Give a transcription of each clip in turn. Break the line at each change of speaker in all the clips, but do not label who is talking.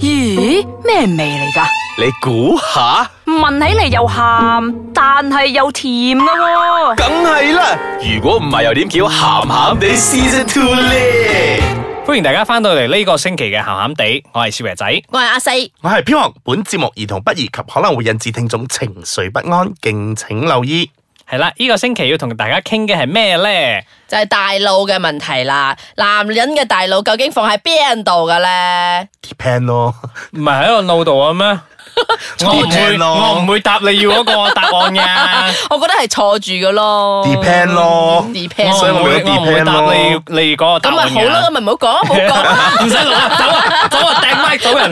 咦，咩味嚟噶？
你估下，
聞起嚟又鹹，但係又甜噶喎、
梗係啦。如果唔係，又點叫鹹鹹地 Season Two 咧？
欢迎大家翻到嚟呢个星期嘅咸咸地，我系少爷仔。
我系阿四，系
我係飄學，本節目兒童不宜及可能會引致聽眾情緒不安，敬請留意。
系啦，呢、個个星期要同大家倾嘅系咩呢？
就系大脑嘅问题啦。男人嘅大脑究竟放喺边度嘅咧？
depend 咯，
唔系喺個腦度啊咩？我唔會，
Depend 咯
我唔會答你要嗰個答案㗎。
我覺得係坐住嘅咯
Depend 咯
哦 depend
我
所以啊
唔
我咪
會，
有
我唔會
depend
答
咯
你要你嗰個答
咁咪
案
好啦，咁
㗎。
咪唔好講，唔好 講啦。
唔使攞啦，走啊，走啊，掟麥 走人。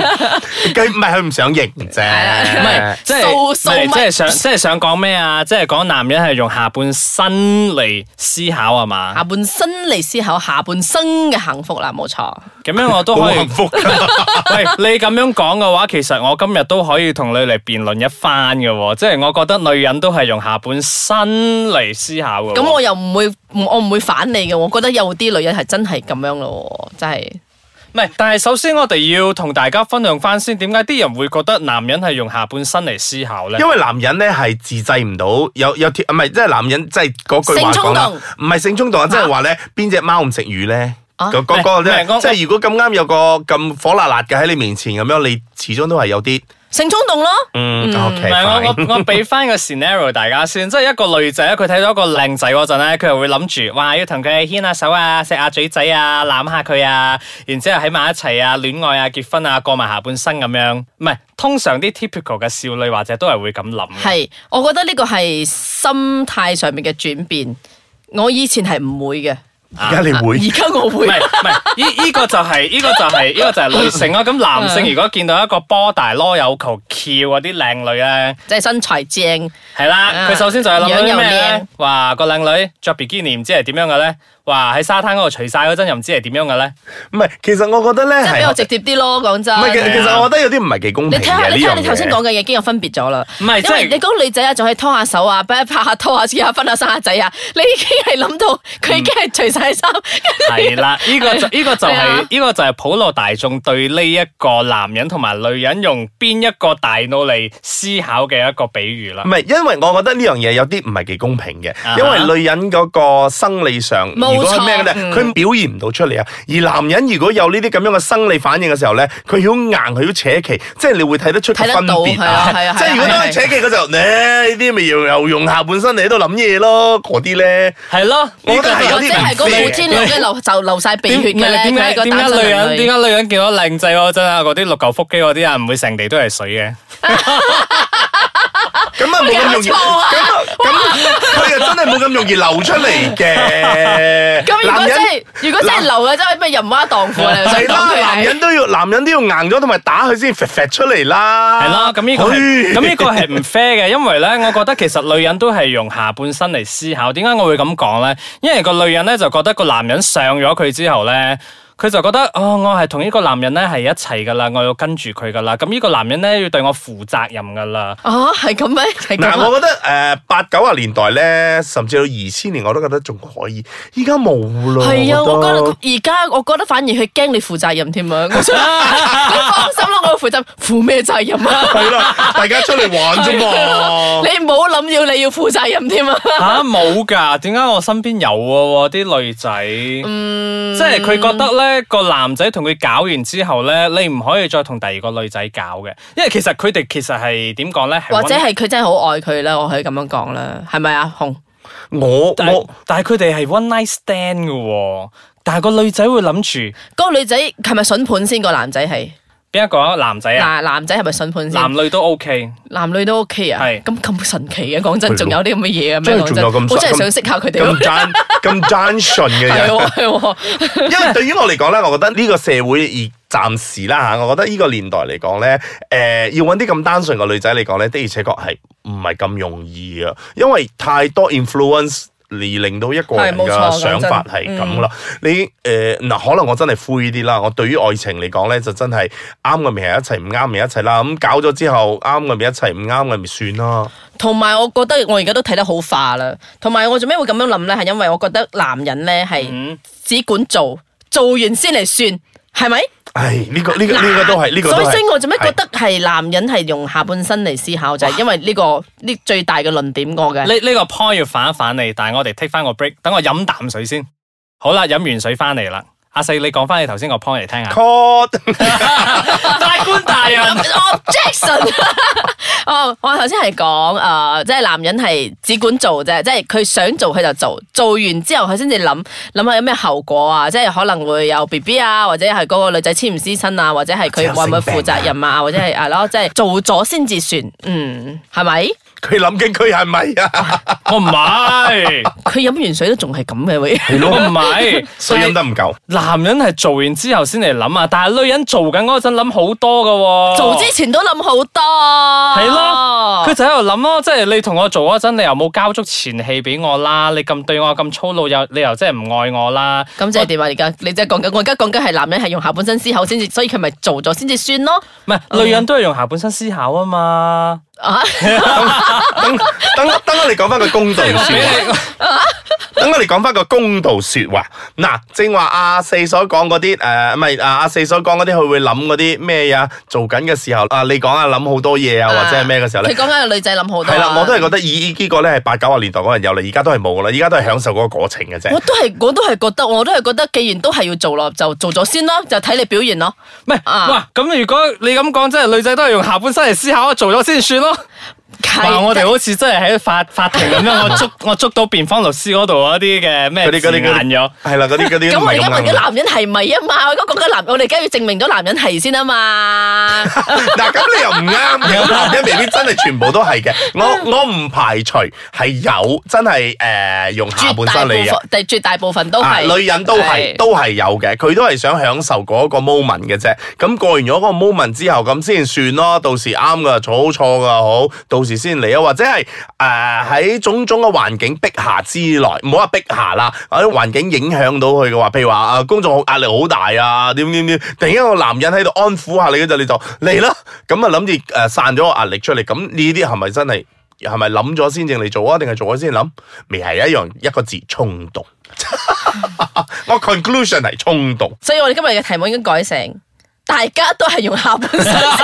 佢唔係佢唔想型啫，
唔係，即係
掃
唔
掃
係
麥
即係想即係想講咩啊？即係講男人係用下半身嚟思考啊嘛。
下半身嚟思考下半生嘅幸福啦，冇錯。
咁樣我都
好啊
可以
幸。福啊㗎。
喂，你咁樣講嘅話，其實我今日都可以同你嚟辯論一番嘅喎。即係我覺得女人都係用下半身嚟思考嘅喎。
咁我又唔會，唔我唔會反你嘅。我覺得有啲女人係真係咁樣咯，真係。
唔係，但係首先我哋要同大家分享翻先，點解啲人會覺得男人係用下半身嚟思考咧
因？為男人咧係自制唔到，有有條唔係即係男人即係嗰句話
性
講
衝
啦
動，
唔係性衝動啊，即係話咧邊只貓唔食魚咧？
啊
嗰嗰嗰個
唔係
咧
我
即係如果咁啱有個咁火辣辣嘅喺你面前咁樣，你始終都係有啲
性衝動咯，
嗯 OK
唔係
fine
我我我 俾翻個 scenario 大家先，即係一個女仔，佢睇到一個靚仔嗰陣咧，佢又會諗住，哇，要同佢牽下手啊，錫下嘴仔啊，攬下佢啊，然之後喺埋一齊啊，戀愛啊，結婚啊，過埋下半生咁樣。唔係，通常啲 typical 嘅少女或者都係會咁諗嘅。
係我覺得呢個係心態上面嘅轉變。我以前係唔會嘅，
而家你會
而家我
唔
會。
係唔係，依依個就係依個就係依個就係女性咯。咁男性如果見到一個波大囉柚球翹嗰啲靚女咧，
即係身材正，
係啦，
啊
佢首先就係諗到啲咩
樣又
咧
靚？
哇，個靚女着 bikini 唔知係點樣嘅咧？哇，喺沙灘嗰度除晒嗰陣又唔知係點樣嘅 咧？
唔係，其實我覺得咧
即係比較
係
直接啲咯。講真，啊
唔係其實其實我覺得有啲唔係幾公
你
平
睇下，
嘅呢
你睇下
樣
你頭先
嘢
講。嘅嘢已經有分別咗啦。
唔係
因
即
為
係
你嗰個女仔啊，仲係拖下手啊， 拍拍下拖下、試下分下生下仔啊，你已經係諗到佢已
嗯
經係除晒衫，
係啦，呢個就呢個就
係
係
啊
呢個就係普羅大眾對呢一個男人同埋女人用邊一個大腦嚟思考嘅一個比喻啦
啊
唔。係，因為我覺得呢樣嘢有啲唔係幾公平嘅
啊哈，
因為女人嗰個生理上，如
冇
果係咩嘅咧
錯，嗯
佢表現唔到出嚟啊。而男人如果有呢啲咁樣嘅生理反應嘅時候咧，佢好硬，佢好扯旗，即係你會睇得出個
睇得
分
到
別
係啊係啊
即係如果
係啊
當
係啊啊
佢扯旗嗰時候，咧呢啲咪又又用下半身嚟喺度諗嘢咯，嗰啲咧，
係咯，
我
呢
覺得
個就
係有
或
啲
者
唔
係個
fair
褲
嘅
尖流流就流晒鼻血嘅咧。
點解
佢係個
點
單
解
身
女人
女
點解女人見到靚仔嗰陣啊，嗰啲六嚿腹肌嗰啲啊，唔會成地都係水嘅。
咁啊冇咁容易，
搞錯啊
咁啊咁佢又真係冇咁容易流出嚟嘅。
咁如果
男人
真係如果真係流嘅，真係咩淫娃蕩婦啊？你想
係
講
啦，
佢
男
係
人都要男人都要硬咗，同埋打佢先肥肥出嚟啦。哎
係啦，咁呢個係
唉
咁呢個係唔 fair 嘅，因為咧，我覺得其實女人都係用下半身嚟思考。點解我會咁講咧？因為個女人咧就覺得個男人上咗佢之後咧。佢就覺得哦，我係同呢個男人咧係一齊噶啦，我要跟住佢噶啦，咁呢個男人咧要對我負責任噶啦。
啊，係咁咩？係咁
嗱，
啊
我覺得誒八九啊年代咧，甚至到二千年我都覺得仲可以，依家冇啦。
係啊，我覺
覺得
得而家我覺得反而佢驚你負責任添啊！我想 你放心啦，我負責負咩責任啊？
係啦，大家出嚟玩啫嘛。
你唔好諗要你要負責任添啊！
吓冇㗎，點解我身邊有嘅喎啲女仔？即係佢覺得咧個男仔同佢搞完之後咧，你唔可以再同第二個女仔搞嘅，因為其實佢哋其實係點講咧，係
或者
溫
係佢真係好愛佢啦，我可以咁樣講啦，係咪啊？紅
我
但係
我
但係佢哋係 one night stand 嘅喎，但係個女仔會諗住
嗰個女仔係咪筍盤先？個男仔係
邊一個啊男仔啊，
嗱，男仔係咪筍盤
男
先？
女都 OK。
男女都 OK 啊，
係
咁咁神奇嘅，啊講
係
真，
喎
仲有啲咁嘅嘢嘅咩？
真係
講
仲有咁
真，我真係想識下佢哋
咁
喎。
單咁單純嘅
係啊
人。
喎係喎，
因為對於我嚟講咧，我覺得呢個社會而暫時啦嚇，我覺得呢個年代嚟講咧，誒、要揾啲咁單純嘅女仔嚟講咧，的而且確係唔係咁容易啊，因為太多 influence。而令到一個人
係冇錯
嘅想法
講真嗯
係咁啦，你誒嗱、可能我真係灰啲啦。我對於愛情嚟講咧，就真係啱嘅咪係一齊，唔啱咪一齊啦。咁搞咗之後，啱嘅咪一齊，唔啱嘅咪算啦。
同埋我覺得我而家都睇得好化啦。同埋我做咩會咁樣諗咧？係
嗯
因為我覺得男人咧係只管做，做完先嚟算，係咪？
唉，呢個呢個呢個都係呢個都
所以
係
所以我做咩覺得係男人係用下半身嚟思考，就係因為呢個呢最大嘅論點我嘅
呢。呢個 point 要反一反你，但係我哋 take 翻個 break，等我飲啖水先。好啦，飲完水翻嚟啦。阿四，你講翻你頭先個 point 嚟聽下。
cut
法官 大 人，
Objection！哦，我頭先係講呃誒，即係男人係只管做啫，即係佢想做佢就做，做完之後佢先至諗諗下有咩後果啊，即係可能會有 B B 啊，或者係嗰個女仔黐唔黐身啊，或者係佢會唔會負責任啊，或者係啊咯，即係做咗先至算，嗯，係咪？
佢諗緊佢係咪啊？
我 唔係，
佢飲完水都仲係咁嘅會。
我唔係，
水飲得唔夠，
男人係做完之後先嚟諗啊，但係女人做緊嗰陣諗好多噶喎。
做之前都諗好多，
係
係
咯，佢就喺度諗咯，即係你同我做嗰陣，你又冇交足前戲俾我啦，你咁對我咁粗魯，又你又真係唔愛我啦。
咁即係點啊？而家你即係講緊，我而家講緊係男人係用下半身思考先至，所以佢咪做咗先至算咯。
唔係，女人都係用下半身思考啊嘛。
啊，
等等等我哋講翻個公道
俾
說話。
你
等我哋講翻個公道説話。嗱，正話阿四所講嗰啲誒，呃唔係啊阿四所講嗰啲，佢會諗嗰啲咩啊？做緊嘅時候啊，你講啊諗好多嘢啊，或者係咩嘅時候
佢
咧？
講緊個女仔諗好多啊。
係啦，我都係覺得以呢個咧係八九十年代嗰人有啦，而家都係冇啦，而家都係享受嗰個過程嘅啫
我。都係，我都係覺得，我都係覺得，既然都係要做咯，就做咗先咯，就睇你表現咯。
唔係，
啊
哇！咁如果你咁講，真係女仔都係用下半身嚟思考，做咗先算咯。哇！我哋好似真係喺法法庭咁樣，我捉我捉到辯方律師嗰度嗰啲嘅咩
嗰啲嗰
字
啲嗰
眼咗
啲。係啦，嗰啲嗰啲
咁
都唔
我
係
哋而
咁
家
啱
問緊
嘅。
男人係咪啊嘛？我而家講緊男，我哋而家要證明咗男人係先 啊嘛。
嗱，咁你又唔啱嘅，男 人未必真係全部都係嘅。我我唔排除係有真係誒用下
絕
半啊
大
身
部
嚟嘅
分。，但係絕大部分都
啊
係
女人都係都係有嘅，佢都係想享受嗰個 moment 嘅啫。咁過完咗嗰個 moment 之後，咁先算咯。到時啱嘅就好，錯嘅好，到時先嚟啊。或者係誒喺種種嘅環境逼下之內，唔好話逼下啦，喺環境影響到佢嘅話，譬如話啊工作壓力好大啊，點點點，突然間個男人喺度安撫下你嗰陣，你就嚟啦。咁啊諗住誒散咗個壓力出嚟，咁呢啲係咪真係？係咪諗咗先正嚟做啊？定係做咗先諗？未係一樣一個字衝動。我 conclusion 係衝動，
所以我哋今日嘅題目應該改成。大家都係用下半身思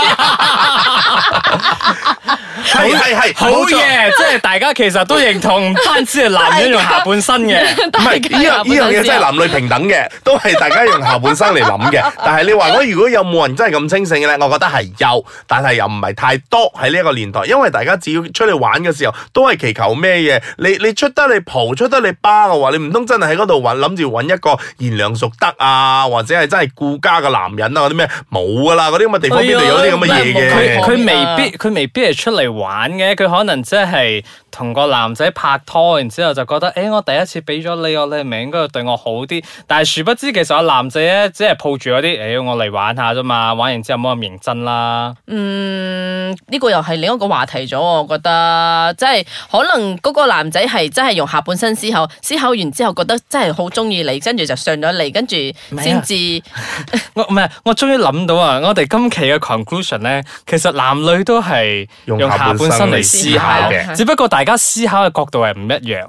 係係係，
好
冇錯。
嘢，即係大家其實都認 同，唔單止係男人用下半身 嘅。
唔係呢樣
啊
呢樣嘢真係男女平等嘅，都係大家用下半生嚟諗 嘅。但係你話我如果有冇人真係咁清醒嘅咧，我覺得係有，但係又唔係太多喺呢一個年代，因為大家只要出去玩嘅時候，都係祈求咩嘢？你你出得你蒲，出得你巴嘅話，你唔通真係喺嗰度揾諗住揾一個賢良淑德啊，或者係真係顧家嘅男人啊嗰啲咩冇噶啦，嗰啲咁嘅地方邊度有啲咁嘅嘢
哎
佢
嘅？
呀
佢
啊
未必佢未必係出嚟玩嘅，佢可能即係同個男仔拍拖，然之後就覺得，誒、我第一次俾咗你，我你係咪應該要對我好啲？但係殊不知其實個男仔咧，只係抱住嗰啲，誒、我嚟玩下啫嘛，玩完之後冇咁認真啦。
嗯，呢個又係另一個話題咗，我覺得即係可能嗰個男仔係真係用下半身思考，思考完之後覺得真係好中意你，跟住就上咗嚟，跟住
係啊
先至
我唔係，我終於諗到啊！我哋今期嘅 conclusion 咧，其實男女都係
用
用下半身嚟思考
下半身嚟思考
嘅，只不過大家思考嘅角度係唔一樣。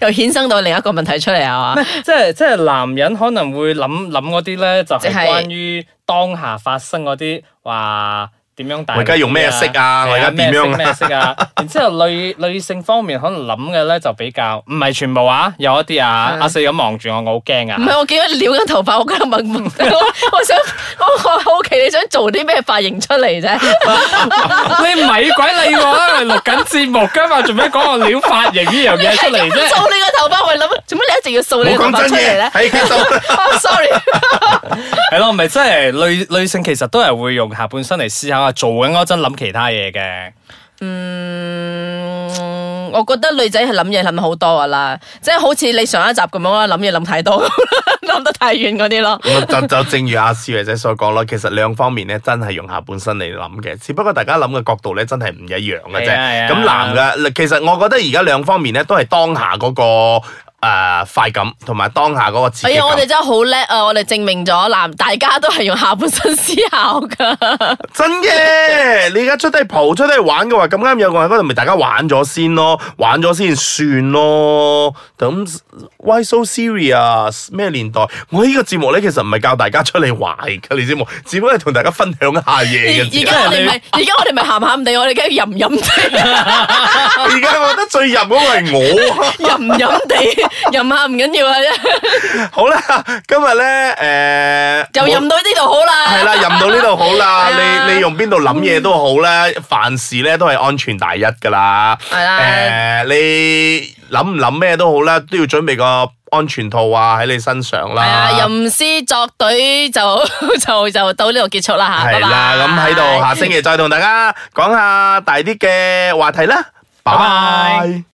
又衍生到另一個問題出嚟啊！
即係即係男人可能會諗諗嗰啲咧，就
即
係
係
關於當下發生嗰啲話點樣大
我
力啲。
而家用咩色啊
係
我而家點樣啊
咩色咩 色啊？然之後女女性方面可能諗嘅咧就比較唔係全部啊，有一啲啊，
係
阿四咁望住我，我好驚
唔
啊！
係我見到你撩緊頭髮，我 覺得問問，我我想我我好奇你想做啲咩髮型出嚟啫？
你咪鬼理我啊！錄緊節目噶嘛，做咩講我撩髮型呢樣嘢出 嚟啫？
掃你個頭髮，我係諗做乜你一定要掃
冇
你個頭
講
髮
真
出嚟
嘢，
咧
係其實。
？I'm sorry，
係咯，咪即係女女性其實都係會用下半身嚟思考啊，做緊嗰陣諗其他嘢嘅。
嗯，我覺得女仔係諗嘢諗好多噶啦，即係好似你上一集咁樣啦，諗嘢諗太多， 諗得太遠嗰啲咯。
咁啊就 就正如阿少爺仔所講咯，其實兩方面咧真係用下半身嚟諗嘅，只不過大家諗嘅角度咧真係唔一樣嘅啫。
係啊係啊
咁男嘅，其實我覺得而家兩方面咧都係當下嗰、個。誒、呃快感同埋當下嗰個刺
哎
激
呀，我哋
感。
真係好叻啊！我哋證明咗男大家都係用下半身思考 噶。
真嘅，你而家出低蒲出低玩嘅話，咁啱有個人喺嗰度，咪大家玩咗先咯，玩咗先算咯。咁 why so serious？咩年代？我呢個節目咧，其實唔係教大家出嚟玩嘅，你知冇？只不過係同大家分享下
而
嘢嘅
而
啫。
家我哋咪，而家我哋咪鹹鹹地，我哋梗係吟吟地，
而家我覺得最入嗰個係我啊。
吟吟 地，吟下唔緊要啊，
好啦，今日咧，诶、呃，
就吟到呢度好啦。
系啦，任到呢度好啦，
係啊
你你用邊度諗嘢都好啦，凡事咧都係安全第一噶啦。
係啦
誒你諗唔諗咩都好啦，都要準備個安全套啊喺你身上
係啊，
啦。
吟詩作對就 就就到呢度結束啦吓。
係啦，咁喺度下星期再同大家講下大啲嘅話題啦。拜
拜
拜。